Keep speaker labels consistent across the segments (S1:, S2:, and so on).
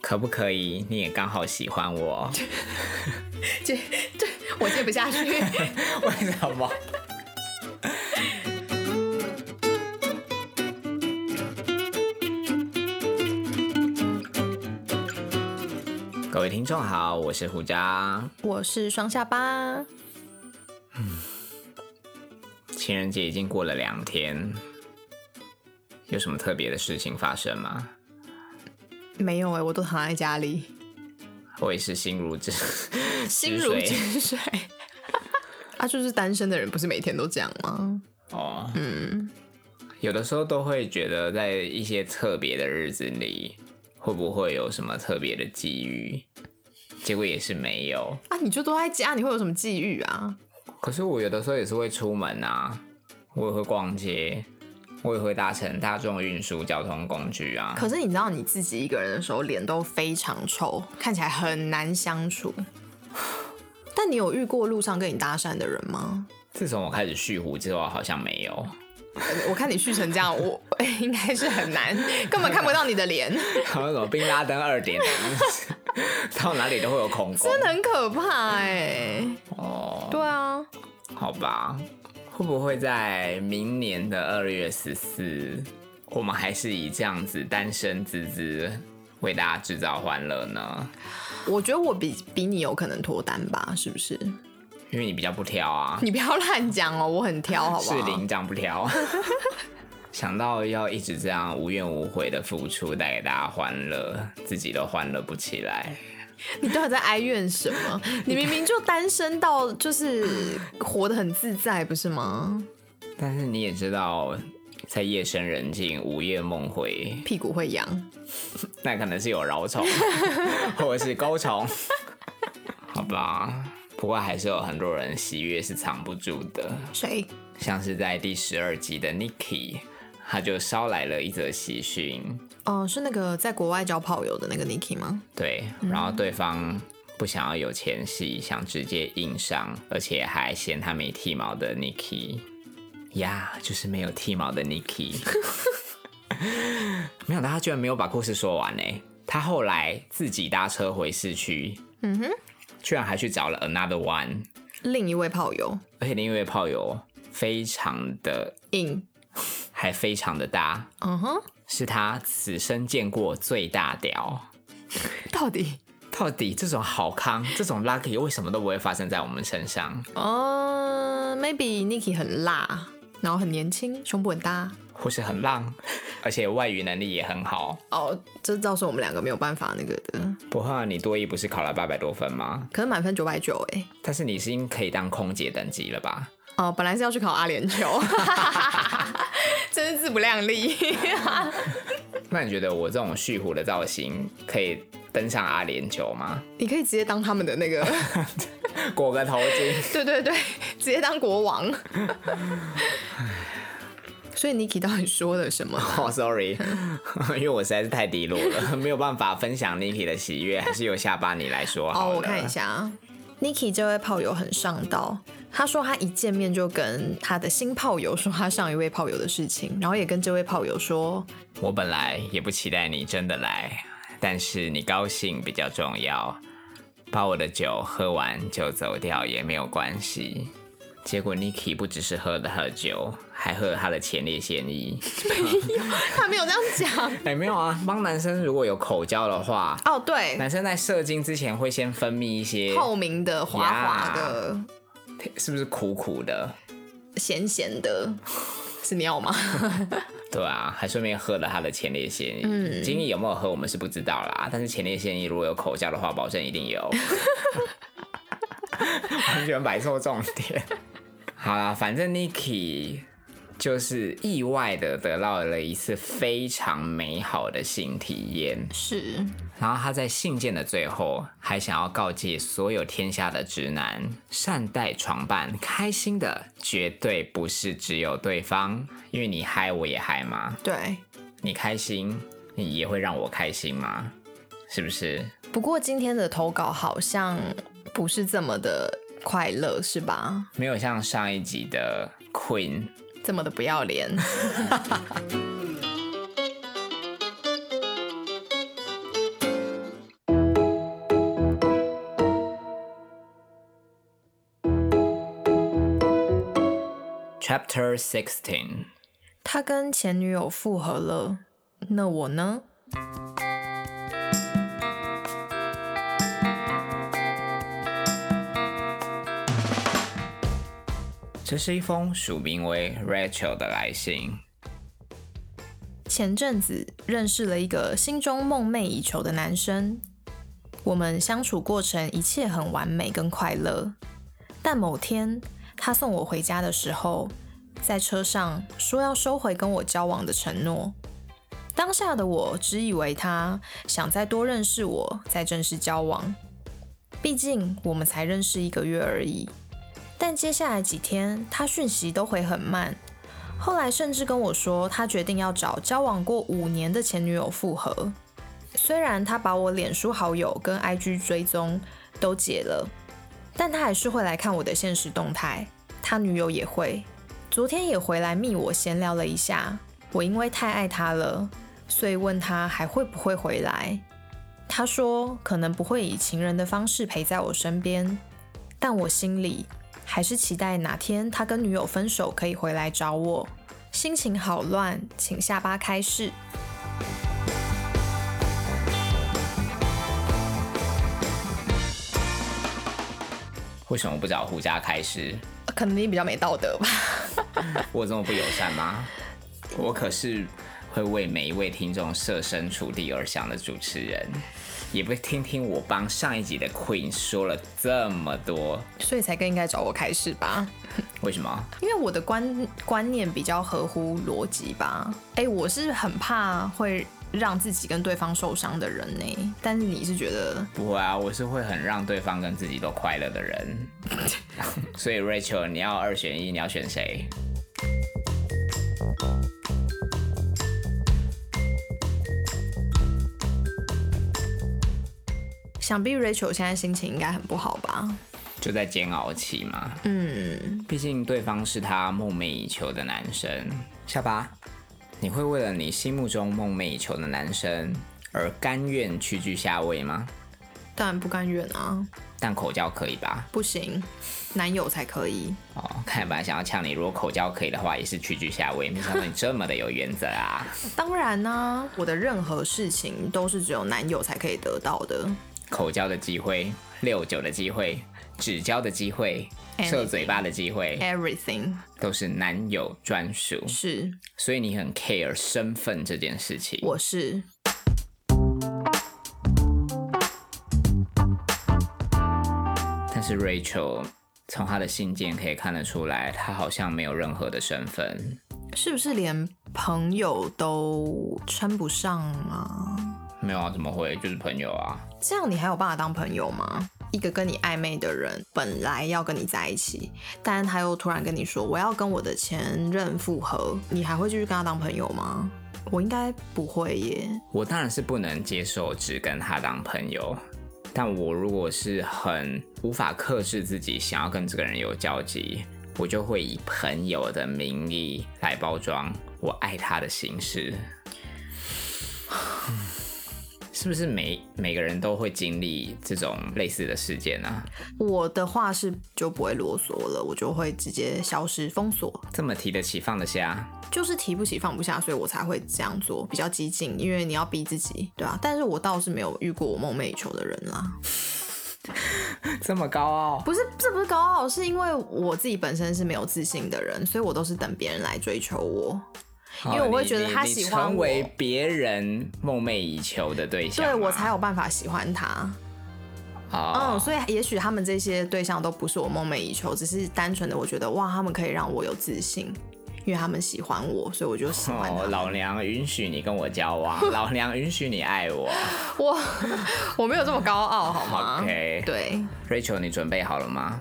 S1: 可不可以？你也刚好喜欢我，
S2: 这这我接不下去。
S1: 为什么？各位听众好，我是胡渣。
S2: 我是双下巴，
S1: 情人节已经过了两天，有什么特别的事情发生吗？
S2: 没有哎、我都躺在家里，
S1: 我也是心如止
S2: 心
S1: 止
S2: 如
S1: 水
S2: 止水。 啊，就是单身的人不是每天都这样吗？
S1: 哦，嗯，有的时候都会觉得，在一些特别的日子里，会不会有什么特别的际遇？结果也是没有。
S2: 啊，你就都在家，你会有什么际遇啊？
S1: 可是我有的时候也是会出门啊，我也会逛街，我也会搭乘大众运输交通工具啊。
S2: 可是你知道你自己一个人的时候，脸都非常臭，看起来很难相处。 但你有遇过路上跟你搭讪的人吗？
S1: 自从我开始蓄胡之后，好像没有。
S2: 呃我看你蓄成这样，我 应该是很难，根本看不到你的脸，
S1: 还有什么宾拉登二点零， 到哪里都会有恐攻。
S2: 真 的很可怕哎、
S1: 哦，
S2: 对啊，
S1: 好吧，会不会在明年的二月十四，我们还是以这样子单身之姿为大家制造欢乐呢？
S2: 我觉得我比比你有可能脱单吧，是不是？
S1: 因为你比较不挑啊，
S2: 你不要乱讲哦，我很挑，好不
S1: 是
S2: 好？
S1: 领长不 挑。想到要一直这样无怨无悔的付出，带给大家欢乐，自己都欢乐不起来。
S2: 你到底在哀怨什 么？你明明就单身到就是活得很自在，不是吗？
S1: 但是你也知道，在夜深人静、午夜梦回，
S2: 屁股会痒，
S1: 那可能是有饶虫，或者是钩虫，好吧。不过还是有很多人喜悦是藏不住的，
S2: 谁？
S1: 像是在第十二集的 Niki，他就捎来了一则喜讯，
S2: 哦、是那个在国外交炮友的那个 Niki 吗？
S1: 对，然后对方不想要有前戏，想直接硬上，而且还嫌他没剃毛的 Niki，呀就是没有剃毛的 Niki。没想到他居然没有把故事说完呢。欸他后来自己搭车回市区，
S2: 嗯哼，
S1: 居然还去找了 Another One，
S2: 另一位炮友
S1: 而且另一位炮友非常的，
S2: In，
S1: 还非常的大，
S2: 嗯哼，
S1: 是他此生见过最大屌。
S2: 到底
S1: 到底这种好康，这种 lucky 为什么都不会发生在我们身上，
S2: 哦、m a y b e Niki 很辣，然后很年轻，胸部很大。
S1: 或是很 浪，而且外语能力也很好。
S2: 哦，这倒是我们两个没有办法那个的，
S1: 不怕你多一不是考了八百多分吗？
S2: 可是满分九百九哎。
S1: 但是你已经可以当空姐等级了吧？
S2: 哦，本来是要去考阿联酋，真是自不量力。
S1: 那你觉得我这种蓄胡的造型可以登上阿联酋吗？
S2: 你可以直接当他们的那个，
S1: 裹个头巾，
S2: 对对对，直接当国王。所以 Niki 到底说了什么？
S1: 哦、s o r r y 因为我实在是太低落了，没有办法分享 Niki 的喜悦，还是由下巴你来说好了。
S2: 哦，我看一下啊，Niki 这位炮友很上道。他说他一见面就跟他的新炮友说他上一位炮友的事情，然后也跟这位炮友说，
S1: 我本来也不期待你真的来，但是你高兴比较重要。把我的酒喝完就走掉也没有关系。结果 Niki 不只是喝了喝酒，还喝了他的前列腺液。
S2: 他没有这样讲。
S1: 哎、没有啊，帮男生如果有口交的话，
S2: 哦，对，
S1: 男生在射精之前会先分泌一些，
S2: 透明的、滑滑的、
S1: 是不是苦苦的？
S2: 咸咸的，是尿吗？
S1: 对啊，还顺便喝了他的前列腺液。嗯，精液有没有喝我们是不知道啦，但是前列腺液如果有口交的话，保证一定有。完全摆错重点。好啦，反正 Niki 就是意外的得到了一次非常美好的性体验，
S2: 是，
S1: 然后他在信件的最后还想要告诫所有天下的直男，善待床伴，开心的绝对不是只有对方，因为你嗨我也嗨嘛。
S2: 对。
S1: 你开心，你也会让我开心吗？是不是？
S2: 不过今天的投稿好像不是这么的快乐，是吧？
S1: 没有像上一集的 Queen，
S2: 这么的不要脸。
S1: Chapter Sixteen，
S2: 他跟前女友复合了，那我呢？
S1: 这是一封署名为 Rachel 的来信。
S2: 前阵子认识了一个心中梦寐以求的男生，我们相处过程一切很完美跟快乐。但某天他送我回家的时候，在车上说要收回跟我交往的承诺。当下的我只以为他想再多认识我，再正式交往。毕竟我们才认识一个月而已。但接下来几天，他讯息都回很慢，后来甚至跟我说，他决定要找交往过五年的前女友复合。虽然他把我脸书好友跟 IG 追踪都解了，但他还是会来看我的现实动态。他女友也会，昨天也回来密我闲聊了一下。我因为太爱他了，所以问他还会不会回来。他说可能不会以情人的方式陪在我身边，但我心里还是期待哪天他跟女友分手可以回来找我。心情好乱，请下巴开始。
S1: 为什么不找胡家开始？
S2: 呃可能你比较没道德吧。
S1: 我这么不友善吗？我可是会为每一位听众设身处地而想的主持人，也不听听我帮上一集的 Queen 说了这么多，
S2: 所以才更应该找我开始吧，
S1: 为什么？
S2: 因为我的观观念比较合乎逻辑吧。哎、我是很怕会让自己跟对方受伤的人呢、但是你是觉得
S1: 不会啊，我是会很让对方跟自己都快乐的人。所以 Rachel，你要二选一，你要选谁？
S2: 想必 Rachel 现在心情应该很不好吧？
S1: 就在煎熬期嘛。
S2: 嗯，
S1: 毕竟对方是他梦寐以求的男生。下巴，你会为了你心目中梦寐以求的男生而甘愿屈居下位吗？
S2: 当然不甘愿啊，
S1: 但口交可以吧？
S2: 不行，男友才可以。
S1: 哦，看来本来想要呛你，如果口交可以的话，也是屈居下位。没想到你这么的有原则啊！
S2: 当然呢、我的任何事情都是只有男友才可以得到的。
S1: 口交的机会，六九的机会，指交的机会，
S2: Anything
S1: 射嘴巴的机会，
S2: Everything
S1: 都是男友专属。
S2: 是，
S1: 所以你很 care 身份这件事情。
S2: 我是
S1: 但是 Rachel 从她的信件可以看得出来，她好像没有任何的身份，
S2: 是不是连朋友都称不上啊？
S1: 没有啊，怎么会就是朋友啊？
S2: 这样你还有办法当朋友吗？一个跟你暧昧的人本来要跟你在一起，但他又突然跟你说我要跟我的前任复合，你还会继续跟他当朋友吗？我应该不会耶。
S1: 我当然是不能接受只跟她当朋友，但我如果是很无法克制自己想要跟这个人有交集，我就会以朋友的名义来包装我爱他的形式。是不是每每个人都会经历这种类似的事件呢、啊？
S2: 我的话是就不会啰嗦了，我就会直接消失封锁，
S1: 这么提得起放得下，
S2: 就是提不起放不下，所以我才会这样做，比较激进，因为你要逼自己，对啊。但是我倒是没有遇过我梦寐以求的人啦。
S1: 这么高傲、
S2: 不是，这不是高傲，是因为我自己本身是没有自信的人，所以我都是等别人来追求我。因为
S1: 哦
S2: 我会
S1: 你
S2: 觉得
S1: 你
S2: 他
S1: 你
S2: 喜欢
S1: 成
S2: 我
S1: 为别人梦寐以求的对象
S2: 对
S1: 吗，
S2: 我才有办法喜欢他，
S1: 哦
S2: 嗯，所以也许他们这些对象都不是我梦寐以求，只是单纯的我觉得哇，他们可以让我有自信，因为他们喜欢我，所以我就喜欢他
S1: 哦，
S2: 们。
S1: 老娘允许你跟我交 往，老娘允许你爱我。
S2: 我 我没有这么高傲，好吗
S1: OK，
S2: 啊对，
S1: ，Rachel，你准备好了吗？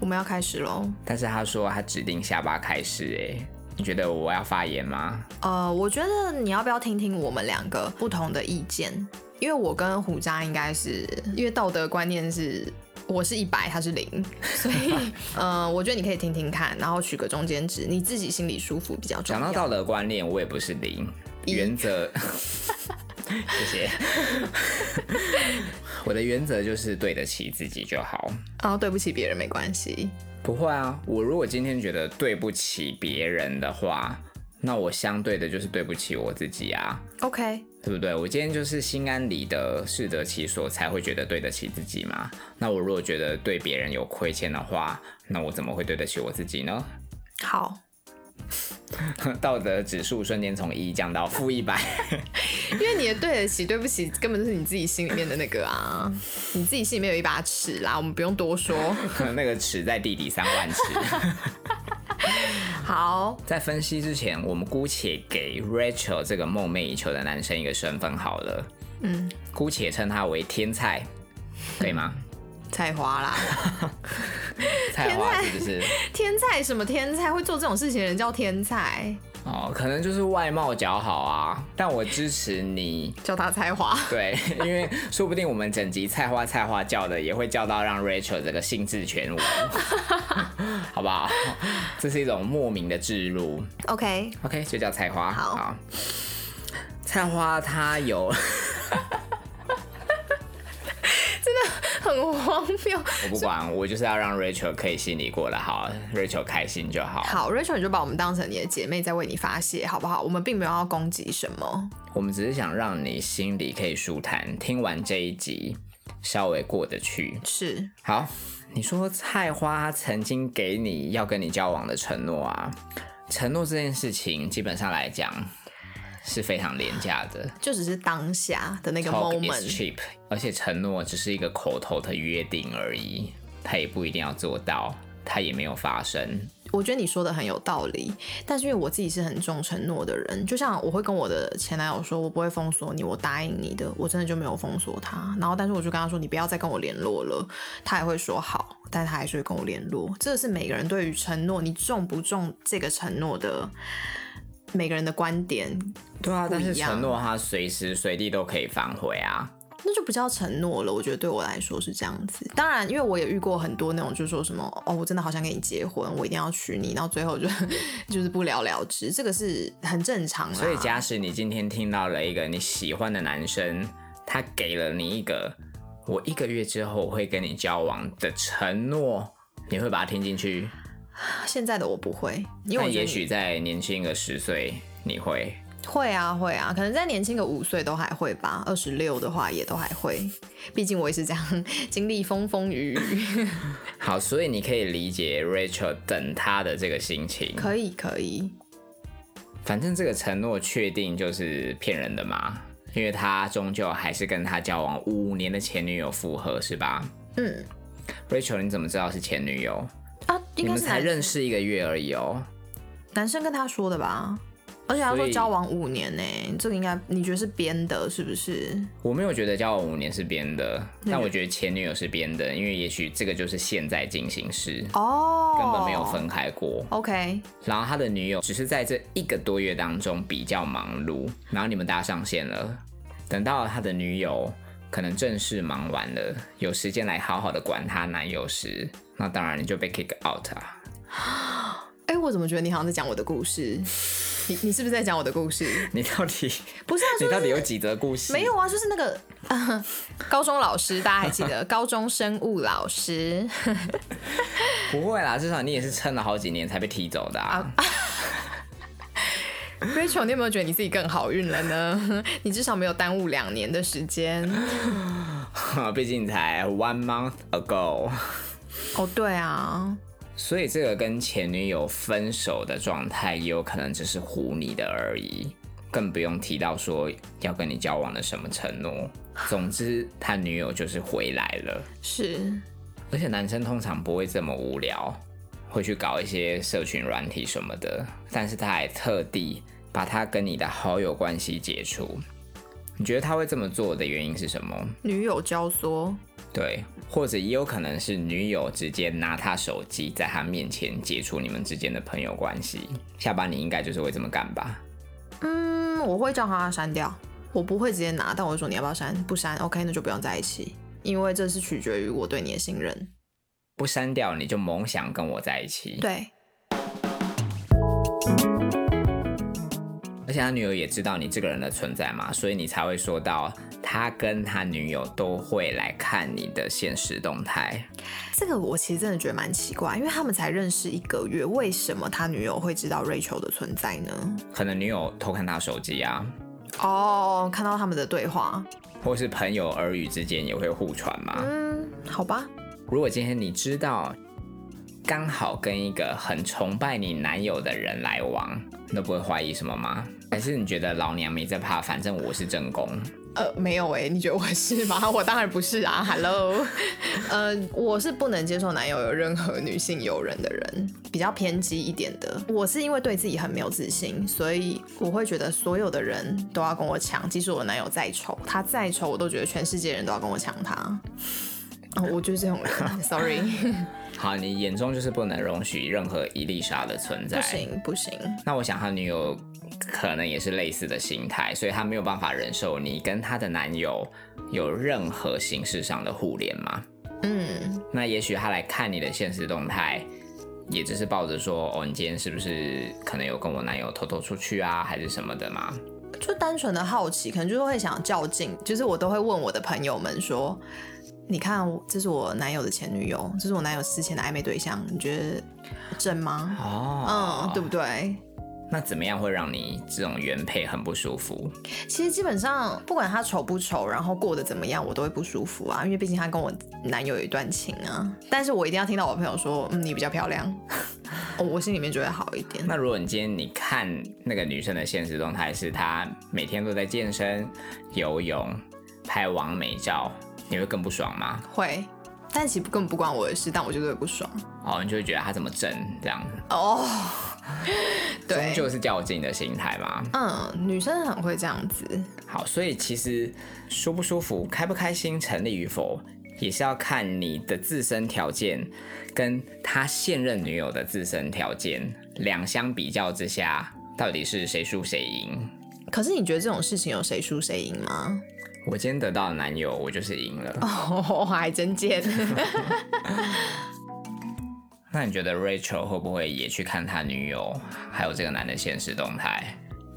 S2: 我们要开始喽。
S1: 但是他说他指定下巴开始，哎，你觉得我要发言吗？
S2: 呃，我觉得你要不要听听我们两个不同的意见？因为我跟胡渣应该是因为道德观念是我是一百，他是零，所以 呃，我觉得你可以听听看，然后取个中间值，你自己心里舒服比较重
S1: 讲
S2: 要。
S1: 到道德观念，我也不是零，原则谢谢。我的原则就是对得起自己就好。
S2: 哦，对不起别人没关系。
S1: 不会啊，我如果今天觉得对不起别人的话，那我相对的就是对不起我自己啊，
S2: OK，
S1: 对不对？我今天就是心安理得、适得其所，才会觉得对得起自己嘛。那我如果觉得对别人有亏欠的话，那我怎么会对得起我自己呢？
S2: 好，
S1: 道德指数瞬间从一降到负一百。
S2: 因为你的对得起、对不起，根本就是你自己心里面的那个啊，你自己心里面有一把尺啦，我们不用多说。
S1: 那个尺在地底三万尺。
S2: 好，
S1: 在分析之前，我们姑且给 Rachel 这个梦寐以求的男生一个身份好了，
S2: 嗯，
S1: 姑且称他为天菜，可以吗？
S2: 菜花啦，
S1: 菜花是不是？
S2: 天才什么天才会做这种事情的人叫天才，
S1: 哦，可能就是外貌姣好啊，但我支持你。
S2: 叫他菜花。
S1: 对，因为说不定我们整集菜花菜花叫的，也会叫到让 Rachel 这个兴致全无， 好不好？这是一种莫名的置入。
S2: OK，
S1: OK，就叫菜花。
S2: 好
S1: 菜花它有，
S2: 很荒谬。
S1: 我不管，我就是要让 Rachel 可以心里过得好，Rachel 开心就好。
S2: 好，Rachel，你就把我们当成你的姐妹在为你发泄，好不好？我们并没有要攻击什么。
S1: 我们只是想让你心里可以舒坦，听完这一集稍微过得去。
S2: 是，
S1: 好，你说菜花她曾经给你要跟你交往的承诺啊，承诺这件事情基本上来讲是非常廉价的。
S2: 就只是当下的那个
S1: Talk is
S2: moment。
S1: cheap，而且承诺只是一个口头的约定而已，他也不一定要做到，他也没有发生。
S2: 我觉得你说的很有道理，但是因为我自己是很重承诺的人，就像我会跟我的前男友说，我不会封锁你，我答应你的，我真的就没有封锁他。然后，但是我就跟他说，你不要再跟我联络了，他也会说好，但他还是会跟我联络。这是每个人对于承诺，你重不重这个承诺的，每个人的观点，
S1: 对啊，但
S2: 不
S1: 是
S2: 一样
S1: 承诺他随时随地都可以反悔啊。
S2: 那就不叫承诺了。我觉得对我来说是这样子。当然，因为我也遇过很多那种，就是说什么哦，我真的好想跟你结婚，我一定要娶你，然后最后就 就是不了了之，这个是很正常啦。
S1: 所以，假使你今天听到了一个你喜欢的男生，他给了你一个我一个月之后会跟你交往的承诺，你会把它听进去？
S2: 现在的我不会，因为
S1: 但
S2: 我觉得
S1: 也
S2: 你
S1: 许在年轻个十岁，你会。
S2: 会啊会啊，可能在年轻个五岁都还会吧，二十六的话也都还会。毕竟我也是这样经历风风雨雨，
S1: 好，所以你可以理解 Rachel 等他的这个心情。
S2: 可以可以，
S1: 反正这个承诺确定就是骗人的嘛，因为他终究还是跟他交往五年的前女友复合，是吧
S2: 嗯
S1: ？Rachel，你怎么知道是前女友？
S2: 啊，
S1: 你
S2: 应该
S1: 们
S2: 是
S1: 才
S2: 男
S1: 认识一个月而已哦。
S2: 男生跟他说的吧。而且他
S1: 所
S2: 说
S1: 以
S2: 交往五年呢、欸这个应该你觉得是编的，是不是？
S1: 我没有觉得交往五年是编的，
S2: 那
S1: 但
S2: 个
S1: 我觉得前女友是编的，因为也许这个就是现在进行时，
S2: 哦，
S1: 根本没有。分开过。
S2: OK，
S1: 然后他的女友只是在这一个多月当中比较忙碌，然后你们搭上线了，等到他的女友可能正式忙完了，有时间来好好的管她男友时，那当然你就被 kick out 啊。
S2: 哎、我怎么觉得你好像在讲我的故事？你你是不是在讲我的故事？
S1: 你到底
S2: 不是啊，
S1: 你
S2: 就
S1: 到
S2: 是
S1: 底有几则故事？
S2: 没有啊，就是那个、 呃高中老师，大家还记得高中生物老师？
S1: 不会啦，至少你也是撑了好几年才被踢走的啊。
S2: Rachel，你有没有觉得你自己更好运了呢？ 你至少没有耽误两年的时间。啊
S1: 毕竟才 one month ago，
S2: 哦，对啊，
S1: 所以这个跟前女友分手的状态，也有可能只是唬你的而已，更不用提到说要跟你交往的什么承诺。总之，他女友就是回来了，
S2: 是
S1: 而且男生通常不会这么无聊，会去搞一些社群软体什么的。但是他还特地把他跟你的好友关系解除。你觉得他会这么做的原因是什么？
S2: 女友教唆。
S1: 对，或者也有可能是女友直接拿他手机在他面前解除你们之间的朋友关系。下班你应该就是会这么干吧？
S2: 嗯，我会叫他删掉，我不会直接拿，但我会说你要不要删？不删，OK，那就不用在一起，因为这是取决于我对你的信任。
S1: 不删掉你就猛想跟我在一起。
S2: 对，
S1: 而且他女友也知道你这个人的存在嘛，所以你才会说到他跟他女友都会来看你的现实动态。
S2: 这个我其实真的觉得蛮奇怪，因为他们才认识一个月，为什么他女友会知道 Rachel 的存在呢？
S1: 可能女友偷看他手机啊，
S2: 哦，看到他们的对话，
S1: 或是朋友耳语之间也会互传嘛。
S2: 嗯，好吧，
S1: 如果今天你知道刚好跟一个很崇拜你男友的人来往，你都不会怀疑什么吗？还是你觉得老娘没在怕，反正我是正宫？
S2: 呃，没有哎、你觉得我是吗？ 我当然不是啊，Hello，呃， 我是不能接受男友有任何女性友人的人，比较偏激一点的。我是因为对自己很没有自信，所以我会觉得所有的人都要跟我抢，即使我男友再丑，他再丑，我都觉得全世界人都要跟我抢他。哦，我就是这种人 ，sorry，
S1: 好，你眼中就是不能容许任何伊丽莎的存在。
S2: 不行不行，
S1: 那我想他女友可能也是类似的心态，所以她没有办法忍受你跟她的男友有任何形式上的互联嘛。
S2: 嗯，
S1: 那也许她来看你的现实动态，也只是抱着说，哦，你今天是不是可能有跟我男友偷偷出去啊，还是什么的嘛？
S2: 就单纯的好奇，可能就是会想较劲，就是我都会问我的朋友们说，你看我这是我男友的前女友，这是我男友之前的暧昧对象，你觉得正吗？
S1: 哦，
S2: 嗯，对不对？
S1: 那怎么样会让你这种原配很不舒服？
S2: 其实基本上不管他丑不丑，然后过得怎么样，我都会不舒服啊，因为毕竟他跟我男友有一段情啊。但是我一定要听到我朋友说，嗯，你比较漂亮， 哦我心里面就会好一点。
S1: 那如果你今天你看那个女生的现实动态，是她每天都在健身、游泳、拍完美照，你会更不爽吗？
S2: 会，但其实根本不关我的事，但我就是会不爽。
S1: 哦，你就会觉得她怎么正这样子，
S2: 哦，
S1: 终
S2: 对，
S1: 究是较劲的心态嘛。
S2: 嗯，女生很会这样子，
S1: 好，所以其实舒不舒服、开不开心、成立与否，也是要看你的自身条件跟他现任女友的自身条件两相比较之下，到底是谁输谁赢。
S2: 可是你觉得这种事情有谁输谁赢吗？
S1: 我今天得到的男友，我就是赢了。
S2: 哦，还真贱。
S1: 那你觉得 Rachel 会不会也去看他女友还有这个男的现实动态？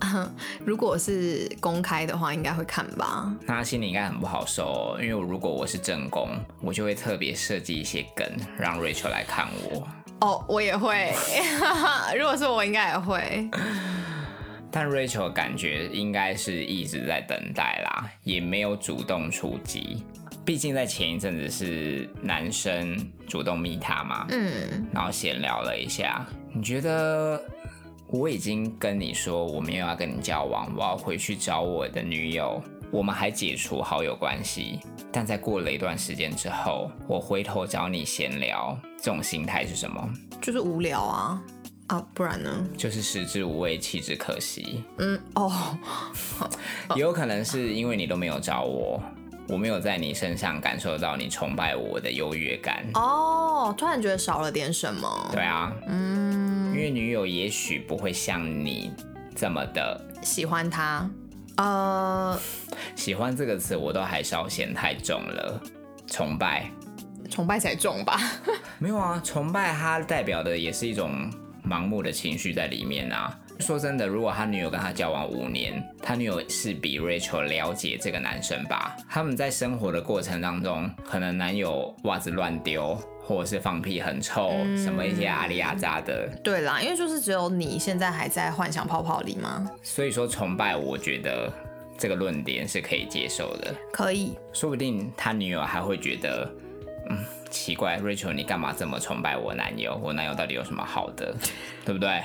S2: 如果是公开的话，应该会看吧。
S1: 那他心里应该很不好受哦、因为如果我是正宫，我就会特别设计一些梗让 Rachel 来看我。
S2: 哦，我也会。 如果是我，应该也会。
S1: 但 Rachel 感觉应该是一直在等待啦，也没有主动出击。毕竟在前一阵子是男生主动密她嘛，
S2: 嗯，
S1: 然后闲聊了一下。你觉得我已经跟你说我没有要跟你交往，我要回去找我的女友，我们还解除好友关系。但在过了一段时间之后，我回头找你闲聊，这种心态是什么？
S2: 就是无聊啊啊，不然呢？
S1: 就是食之无味，弃之可惜。
S2: 嗯，哦，
S1: 也有可能是因为你都没有找我，我没有在你身上感受到你崇拜我的优越感。
S2: 哦，突然觉得少了点什么。
S1: 对啊，因
S2: 嗯，
S1: 为女友也许不会像你这么的
S2: 喜欢他。呃，
S1: 喜欢这个词，我都还稍嫌太重了。崇拜
S2: 崇拜才重吧。
S1: 没有啊，崇拜它代表的也是一种盲目的情绪在里面啊。说真的，如果他女友跟他交往五年，他女友是比 Rachel 了解这个男生吧？他们在生活的过程当中，可能男友袜子乱丢，或者是放屁很臭，
S2: 嗯
S1: 什么一些阿里阿扎的。
S2: 对啦，因为就是只有你现在还在幻想泡泡里吗？
S1: 所以说，崇拜我觉得这个论点是可以接受的。
S2: 可以，
S1: 说不定他女友还会觉得，嗯，奇怪，Rachel，你干嘛这么崇拜我男友？我男友到底有什么好的，对不对？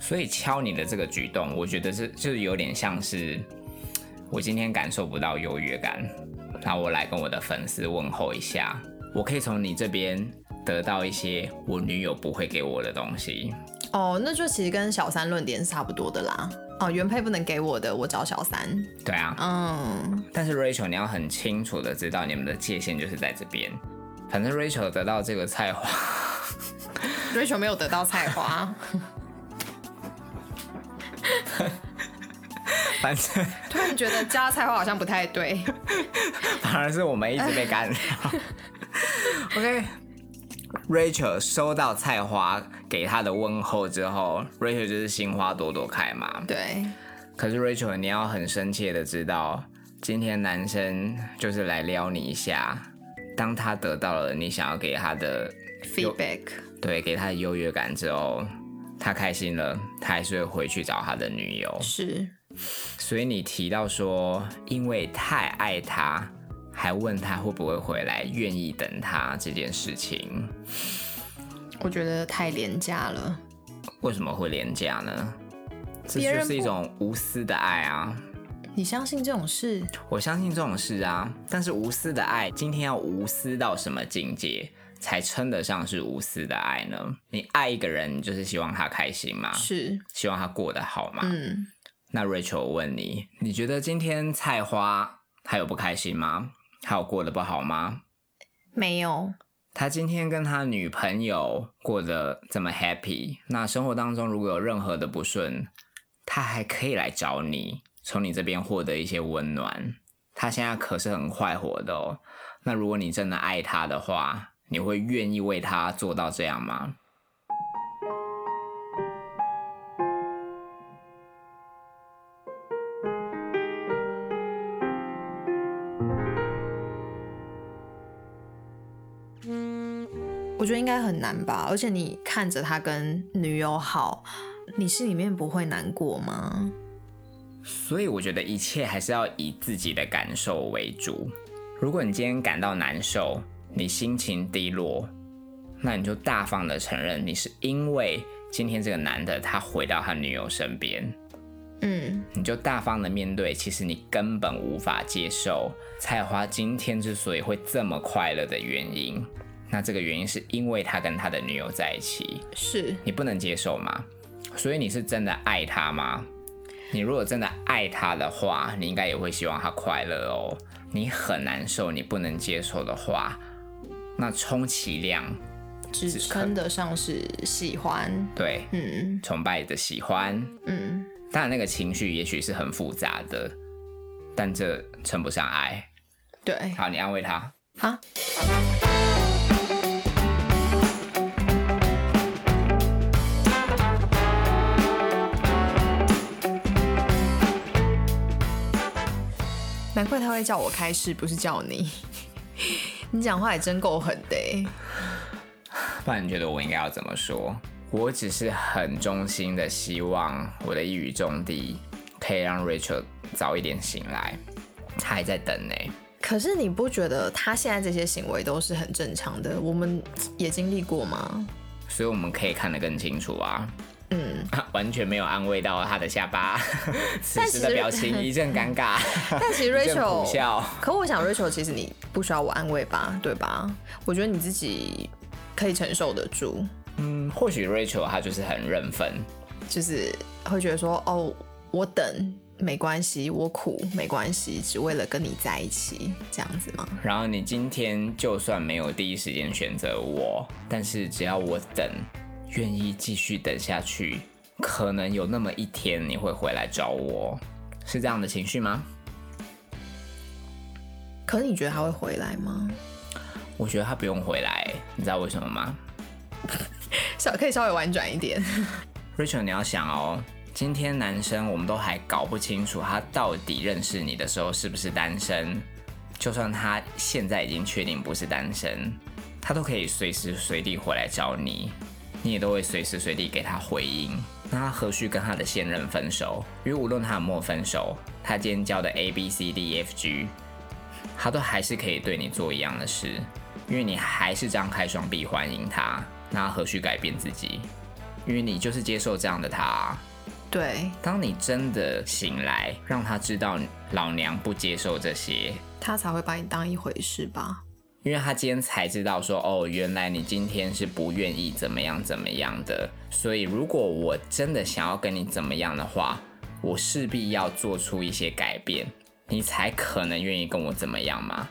S1: 所以敲你的这个举动，我觉得是就是有点像是我今天感受不到优越感，然后我来跟我的粉丝问候一下，我可以从你这边得到一些我女友不会给我的东西。
S2: 哦，那就其实跟小三论点是差不多的啦。哦，原配不能给我的，我找小三。
S1: 对啊，
S2: 嗯，
S1: 但是 Rachel，你要很清楚的知道你们的界限就是在这边。反正 Rachel 得到这个菜花。
S2: 追求没有得到菜花，
S1: 反正
S2: 突然觉得加菜花好像不太对。
S1: 反而是我们一直被干扰。OK， Rachel 收到菜花给她的问候之后，Rachel 就是心花朵朵开嘛。
S2: 对，
S1: 可是 Rachel，你要很深切的知道，今天男生就是来撩你一下，当他得到了你想要给他的
S2: feedback，
S1: 对，给他的优越感之后，他开心了，他还是会回去找他的女友。
S2: 是
S1: 所以你提到说，因为太爱他，还问他会不会回来，愿意等他这件事情，
S2: 我觉得太廉价了。
S1: 为什么会廉价呢？这
S2: 别人
S1: 就
S2: 不
S1: 是一种无私的爱啊！
S2: 你相信这种事？
S1: 我相信这种事啊，但是无私的爱，今天要无私到什么境界才称得上是无私的爱呢？你爱一个人，你就是希望他开心
S2: 啊
S1: 嘛，
S2: 是，
S1: 希望他过得好嘛。
S2: 嗯，
S1: 那 Rachel 我问你，你觉得今天菜花她有不开心吗？她有过得不好吗？
S2: 没有，
S1: 他今天跟他女朋友过得这么 happy，那生活当中如果有任何的不顺，他还可以来找你，从你这边获得一些温暖。他现在可是很快活的哦。那如果你真的爱他的话，你会愿意为他做到这样吗？
S2: 我觉得应该很难吧。而且你看着他跟女友好，你心里面不会难过吗？
S1: 所以我觉得一切还是要以自己的感受为主。如果你今天感到难受，你心情低落，那你就大方的承认你是因为今天这个男的他回到他女友身边，
S2: 嗯，
S1: 你就大方的面对，其实你根本无法接受菜花今天之所以会这么快乐的原因。那这个原因是因为他跟他的女友在一起，
S2: 是
S1: 你不能接受吗？所以你是真的爱他吗？你如果真的爱他的话，你应该也会希望他快乐哦。你很难受，你不能接受的话，那充其量
S2: 只称得上是喜欢。
S1: 对
S2: 嗯
S1: 崇拜的喜欢，
S2: 嗯，
S1: 当然那个情绪也许是很复杂的，但这称不上爱。
S2: 对
S1: 好，你安慰他。
S2: 啊，难怪他会叫我开始，不是叫你。 你讲话也真够狠的欸、
S1: 不然你觉得我应该要怎么说？我只是很衷心的希望我的一语中的可以让 Rachel 早一点醒来，她还在等呢、
S2: 可是你不觉得他现在这些行为都是很正常的？我们也经历过吗？
S1: 所以我们可以看得更清楚啊。
S2: 嗯，
S1: 完全没有安慰到她的下巴， 此
S2: 但
S1: 时的
S2: 是
S1: 表情一阵尴 尬，
S2: 但其实
S1: 一阵苦
S2: Rachel
S1: 笑。
S2: 可我想，Rachel，其实你不需要我安慰吧，对吧？我觉得你自己可以承受得住，
S1: 嗯，或许 Rachel 她就是很认份，
S2: 就是会觉得说，哦，我等没关系，我苦没关系，只为了跟你在一起，这样子吗？
S1: 然后你今天就算没有第一时间选择我，但是只要我等，愿意继续等下去，可能有那么一天你会回来找我，是这样的情绪吗？
S2: 可是你觉得他会回来吗？
S1: 我觉得他不用回来，你知道为什么吗
S2: 稍可以稍微婉转一点，
S1: ？Rachel，你要想哦，今天男生我们都还搞不清楚他到底认识你的时候是不是单身，就算他现在已经确定不是单身，他都可以随时随地回来找你，你也都会随时随地给他回应。那他何须跟他的现任分手？因为无论他有没有分手，他今天教的 A B C D E F G，他都还是可以对你做一样的事，因为你还是张开双臂欢迎他。那他何须改变自己？因为你就是接受这样的他啊、
S2: 对
S1: 当你真的醒来，让他知道老娘不接受这些，
S2: 他才会把你当一回事吧？
S1: 因为他今天才知道说，哦，原来你今天是不愿意怎么样怎么样的，所以如果我真的想要跟你怎么样的话，我势必要做出一些改变，你才可能愿意跟我怎么样嘛。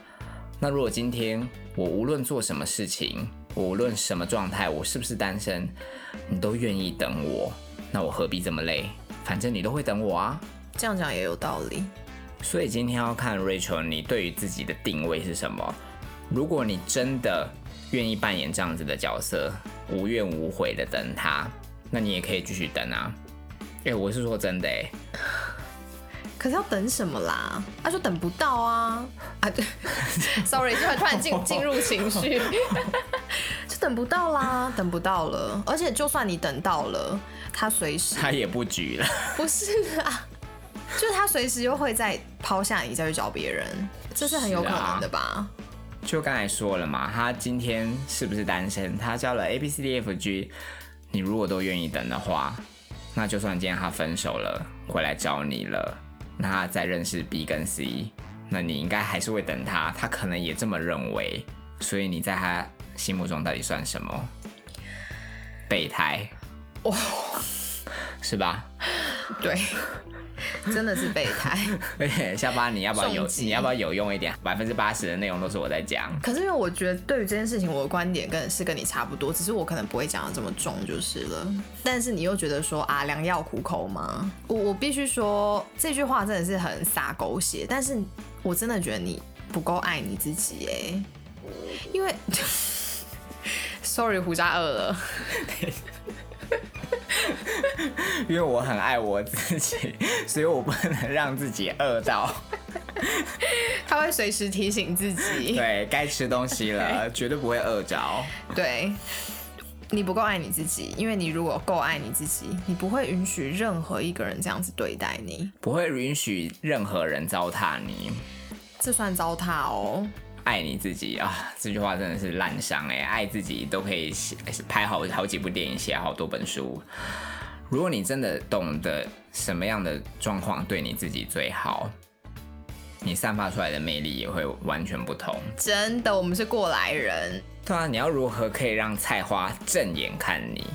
S1: 那如果今天我无论做什么事情，我无论什么状态，我是不是单身，你都愿意等我，那我何必这么累？反正你都会等我啊。
S2: 这样讲也有道理。
S1: 所以今天要看 Rachel，你对于自己的定位是什么？如果你真的愿意扮演这样子的角色，无怨无悔的等他，那你也可以继续等啊。哎、我是说真的哎、
S2: 可是要等什么啦？啊，就等不到啊！啊，对 ，sorry，突然突然进进入情绪， 就等不到啦，等不到了。而且就算你等到了，他随时
S1: 他也不举了。
S2: 不是啊，就是他随时又会再抛下你，再去找别人，这是很有可能的吧？
S1: 就刚才说了嘛，他今天是不是单身？他交了 A B C D F G，你如果都愿意等的话，那就算今天他分手了，回来找你了，那他再认识 B 跟 C，那你应该还是会等他，他可能也这么认为，所以你在他心目中到底算什么？备胎，是吧？
S2: 啊对，真的是备胎。
S1: 而且下巴你要不要有
S2: 重击
S1: 你要不要有用一点？百分之八十的内容都是我在讲。
S2: 可是因为我觉得对于这件事情，我的观点跟是跟你差不多，只是我可能不会讲的这么重就是了。但是你又觉得说啊，良药苦口吗？我我必须说这句话真的是很洒狗血，但是我真的觉得你不够爱你自己哎、因为 ，sorry，胡渣饿了。
S1: 因为我很爱我自己， 所以我不能让自己饿到。
S2: 他会随时提醒自己，
S1: 对该吃东西了，绝对不会饿着。
S2: 对，你不够爱你自己，因为你如果够爱你自己，你不会允许任何一个人这样子对待你，
S1: 不会允许任何人糟蹋你。
S2: 这算糟蹋哦。
S1: 爱你自己啊，这句话真的是烂伤哎、爱自己都可以写拍好好几部电影，写好多本书。如果你真的懂得什么样的状况对你自己最好，你散发出来的魅力也会完全不同。
S2: 真的，我们是过来人，
S1: 对啊，你要如何可以让菜花正眼看你，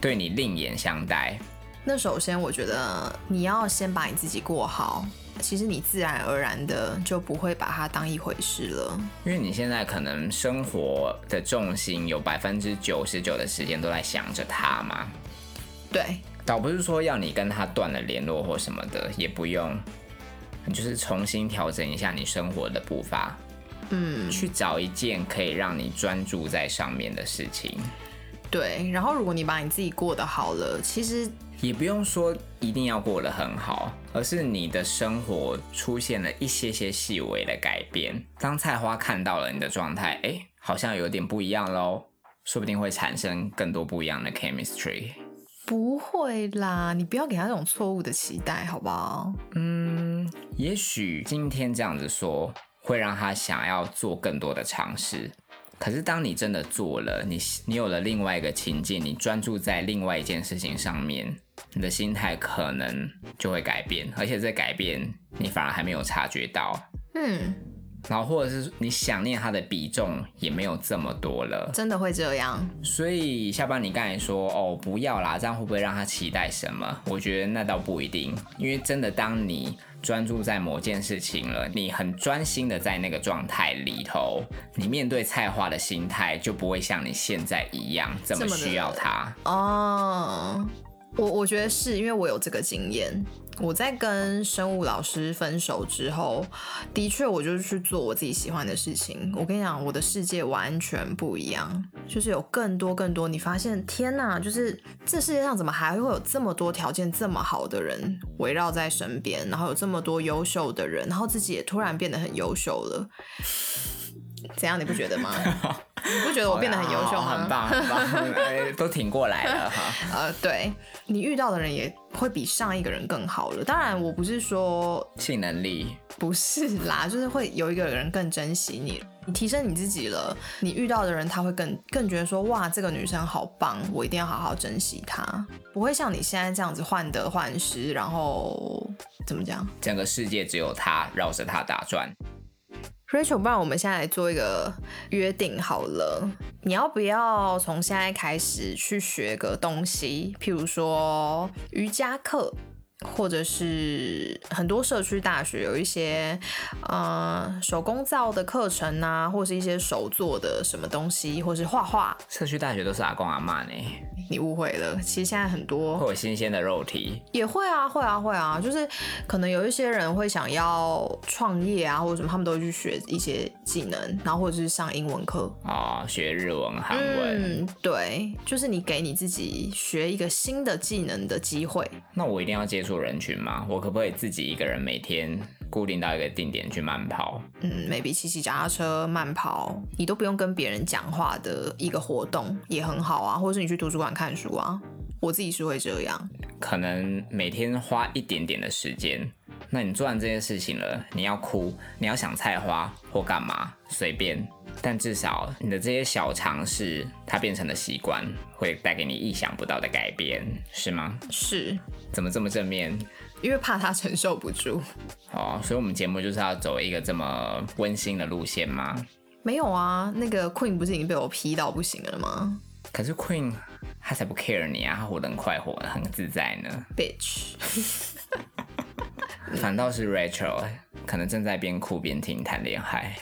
S1: 对你另眼相待？
S2: 那首先，我觉得你要先把你自己过好，其实你自然而然的就不会把它当一回事了。
S1: 因为你现在可能生活的重心有百分之九十九的时间都在想着他嘛，
S2: 对，
S1: 倒不是说要你跟他断了联络或什么的，也不用，你就是重新调整一下你生活的步伐，
S2: 嗯，
S1: 去找一件可以让你专注在上面的事情，
S2: 对。然后，如果你把你自己过得好了，其实
S1: 也不用说一定要过得很好，而是你的生活出现了一些些细微的改变。当菜花看到了你的状态，哎、好像有点不一样喽，说不定会产生更多不一样的 chemistry。
S2: 不会啦，你不要给他这种错误的期待，好不好？
S1: 嗯，也许今天这样子说，会让他想要做更多的尝试。可是当你真的做了，你你有了另外一个情境，你专注在另外一件事情上面，你的心态可能就会改变，而且这改变你反而还没有察觉到，
S2: 嗯，
S1: 然后或者是你想念他的比重也没有这么多了。
S2: 真的会这样。
S1: 所以下班你刚才说哦不要啦，这样会不会让他期待什么？我觉得那倒不一定，因为真的当你专注在某件事情了，你很专心的在那个状态里头，你面对菜花的心态就不会像你现在一样这么
S2: 这么的
S1: 需要他。
S2: 哦，我我觉得是因为我有这个经验。我在跟生物老师分手之后，的确我就是去做我自己喜欢的事情。我跟你讲，我的世界完全不一样，就是有更多更多。你发现，天哪，就是这世界上怎么还会有这么多条件这么好的人围绕在身边，然后有这么多优秀的人，然后自己也突然变得很优秀了。怎样？你不觉得 吗？你不觉得我变得很优秀
S1: 好
S2: 吗？
S1: 很棒，很棒，哎都挺过来了哈。
S2: 呃，对你遇到的人也会比上一个人更好了。当然，我不是说
S1: 性能力，
S2: 不是啦，就是会有一个人更珍惜你，你提升你自己了，你遇到的人他会更更觉得说，哇，这个女生好棒，我一定要好好珍惜她，不会像你现在这样子患得患失，然后怎么讲
S1: 整个世界只有他绕着他打转。
S2: ？Rachel，不然我们现在来做一个约定好了，你要不要从现在开始去学个东西，譬如说瑜伽课？或啊者是呃很多社区大学有一些呃手工皂的课程啊，或是一些手做的什么东西，或是画画。
S1: 社区大学都是阿公阿妈呢，
S2: 你误会了，其实现在很多
S1: 会有新鲜的肉体，
S2: 也会啊，会啊，会啊，就是可能有一些人会想要创业啊，或者什么，他们都会去学一些技能，然后或者是上英文课。
S1: 哦，学日文、韩文。
S2: 嗯，对，就是你给你自己学一个新的技能的机会。
S1: 那我一定要接触人群吗？我可不可以自己一个人每天固定到一个定点去慢跑？
S2: 嗯，maybe 骑骑脚踏车、慢跑，你都不用跟别人讲话的一个活动也很好啊，或者是你去图书馆看书啊。我自己是会这样，
S1: 可能每天花一点点的时间。那你做完这件事情了，你要哭，你要想菜花或干嘛，随便。但至少你的这些小尝试，它变成了习惯，会带给你意想不到的改变，是吗？
S2: 是
S1: 怎么这么正面？
S2: 因为怕他 承受不住。
S1: 哦，所以我们节目就是要走一个这么温馨的路线吗？
S2: 没有啊，那个 Queen 不是已经被我批到不行了吗
S1: 可是 Queen 他才不 care 你啊，他活得很快活，很自在呢。
S2: ？Bitch，
S1: 反倒是 Rachel 可能正在边哭边听谈恋爱。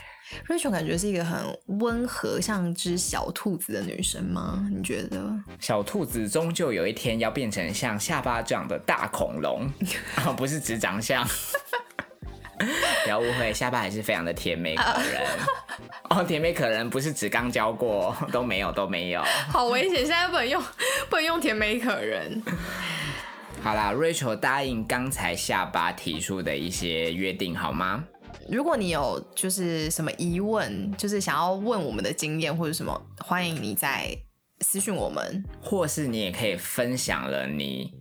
S2: Rachel 感觉是一个很温和，像只小兔子的女生吗？你觉得？
S1: 小兔子终究有一天要变成像下巴这样的大恐龙啊，不是只长相。 不要误会，下巴还是非常的甜美可人。哦，甜美可人不是只刚教过，都没有都没有。
S2: 好危险！现在不能用，不能用甜美可人。
S1: 好啦，Rachel 答应刚才下巴提出的一些约定，好吗？
S2: 如果你有就是什么疑问，就是想要问我们的经验或者什么，欢迎你在私讯我们。
S1: 或是你也可以分享了你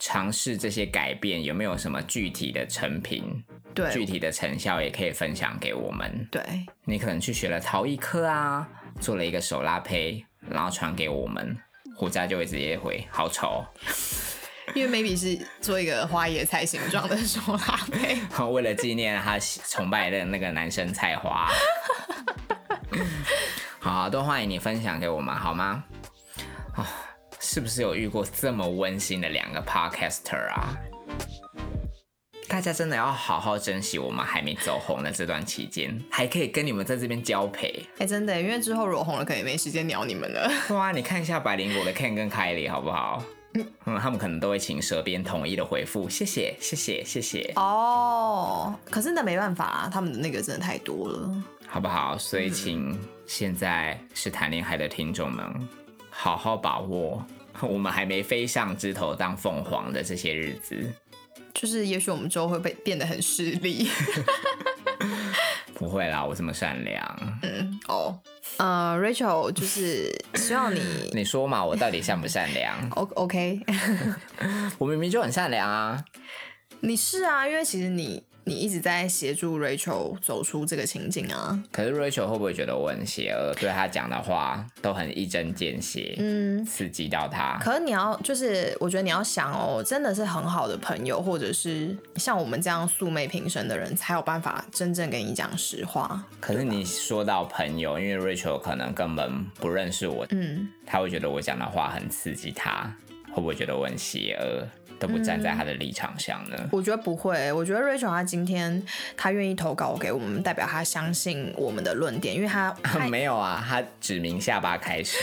S1: 尝试这些改变有没有什么具体的成品、具
S2: 对
S1: 体的成效，也可以分享给我们。
S2: 对，
S1: 你可能去学了陶艺课啊，做了一个手拉胚，然后传给我们，胡渣就会直接回，好 丑。哦
S2: 因为 maybe 是做一个花椰菜形状的手拉 杯。
S1: 为了纪念他崇拜的那个男生菜花，好啊、都欢迎你分享给我们，好吗？啊、是不是有遇过这么温馨的两个 podcaster 啊？大家真的要好好珍惜我们还没走红的这段期间，还可以跟你们在这边交配。
S2: 哎、真的，因为之后如果红了，可能也没时间鸟你们了。
S1: 哇，你看一下百灵果的 Ken 跟凯莉好不好？嗯，他们可能都会请蛇边统一的回复，谢谢，谢谢，谢谢，
S2: 哦，可是那没办法啊，他们的那个真的太多了。
S1: 好不好？所以，请现在是谈恋爱的听众们，好好把握我们还没飞上枝头当凤凰的这些日子。
S2: 就是也许我们之后会被变得很势利。
S1: 不会啦，我这么善良。
S2: 嗯，哦，呃，Rachel，就是希望你
S1: 你说嘛，我到底善不善 良？
S2: O OK，
S1: 我明明就很善良啊。
S2: 你是啊，因为其实你你一直在协助 Rachel 走出这个情境啊。
S1: 可是 Rachel 会不会觉得我很邪恶？对他讲的话都很一针见血，
S2: 嗯，
S1: 刺激到他。
S2: 可是你要就是，我觉得你要想哦，真的是很好的朋友，或者是像我们这样素昧平生的人，才有办法真正跟你讲实话。
S1: 可是你说到朋友，因为 Rachel 可能根本不认识我，
S2: 嗯，
S1: 他会觉得我讲的话很刺激他，会不会觉得我很邪恶，都不站在他的立场上呢？
S2: 我觉得不会，我觉得 Rachel 她今天她愿意投稿给我们，代表她相信我们的论点，因为她 她
S1: 没有啊，他指明下巴开始。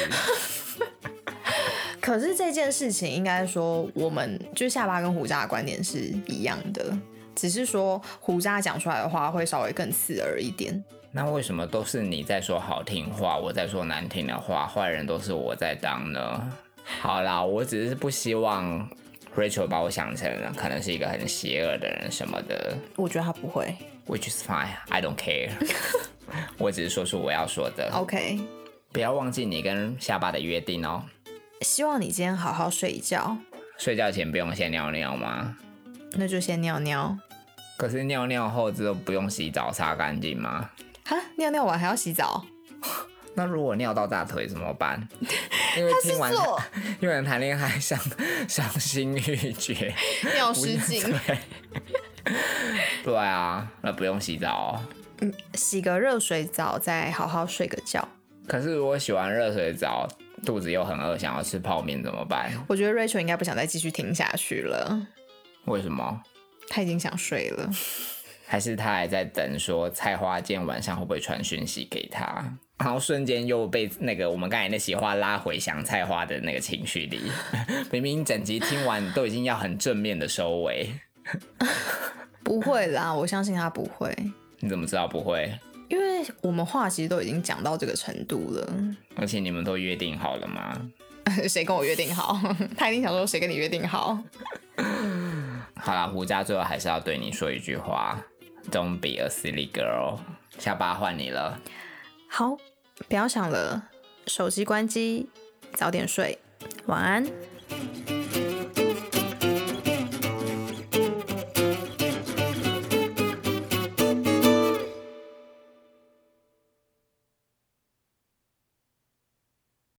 S2: 可是这件事情应该说，我们就是下巴跟胡渣的观点是一样的，只是说胡渣讲出来的话会稍微更刺耳一点。
S1: 那为什么都是你在说好听话，我在说难听的话，坏人都是我在当呢？好啦，我只是不希望 Rachel 把我想成可能是一个很邪恶的人什么的
S2: 我觉得他不会。
S1: ，which is fine, I don't care 。我只是说出我要说的。
S2: OK，
S1: 不要忘记你跟下巴的约定哦。
S2: 希望你今天好好睡一觉，
S1: 睡觉前不用先尿尿吗？
S2: 那就先尿尿。
S1: 可是尿尿后之后不用洗澡擦干净吗？
S2: 哈，尿尿完还要洗澡？
S1: 那如果尿到大腿怎么办？因为听完
S2: 做
S1: 因为谈恋爱伤伤心欲绝，
S2: 尿失 禁，
S1: 对对啊，那不用洗澡、哦。
S2: 洗个热水澡，再好好睡个觉。
S1: 可是如果洗完热水澡，肚子又很饿，想要吃泡面怎么办？
S2: 我觉得 Rachel 应该不想再继续听下去了。
S1: 为什么？
S2: 他已经想睡了。
S1: 还是他还在等说菜花今天晚上会不会传讯息给他？然后瞬间又被那个我们刚才那席话拉回想菜花的那个情绪里，明明整集听完都已经要很正面的收尾，
S2: 不会啦，我相信他不会，
S1: 你怎么知道不会？
S2: 因为我们话其实都已经讲到这个程度了。
S1: 而且你们都约定好了吗？
S2: 谁跟我约定好？ 他一定想说谁跟你约定好？
S1: 好啦，胡渣最后还是要对你说一句话：Don't be a silly girl。下巴换你了，
S2: 好，不要想了，手机关机，早点睡，晚安。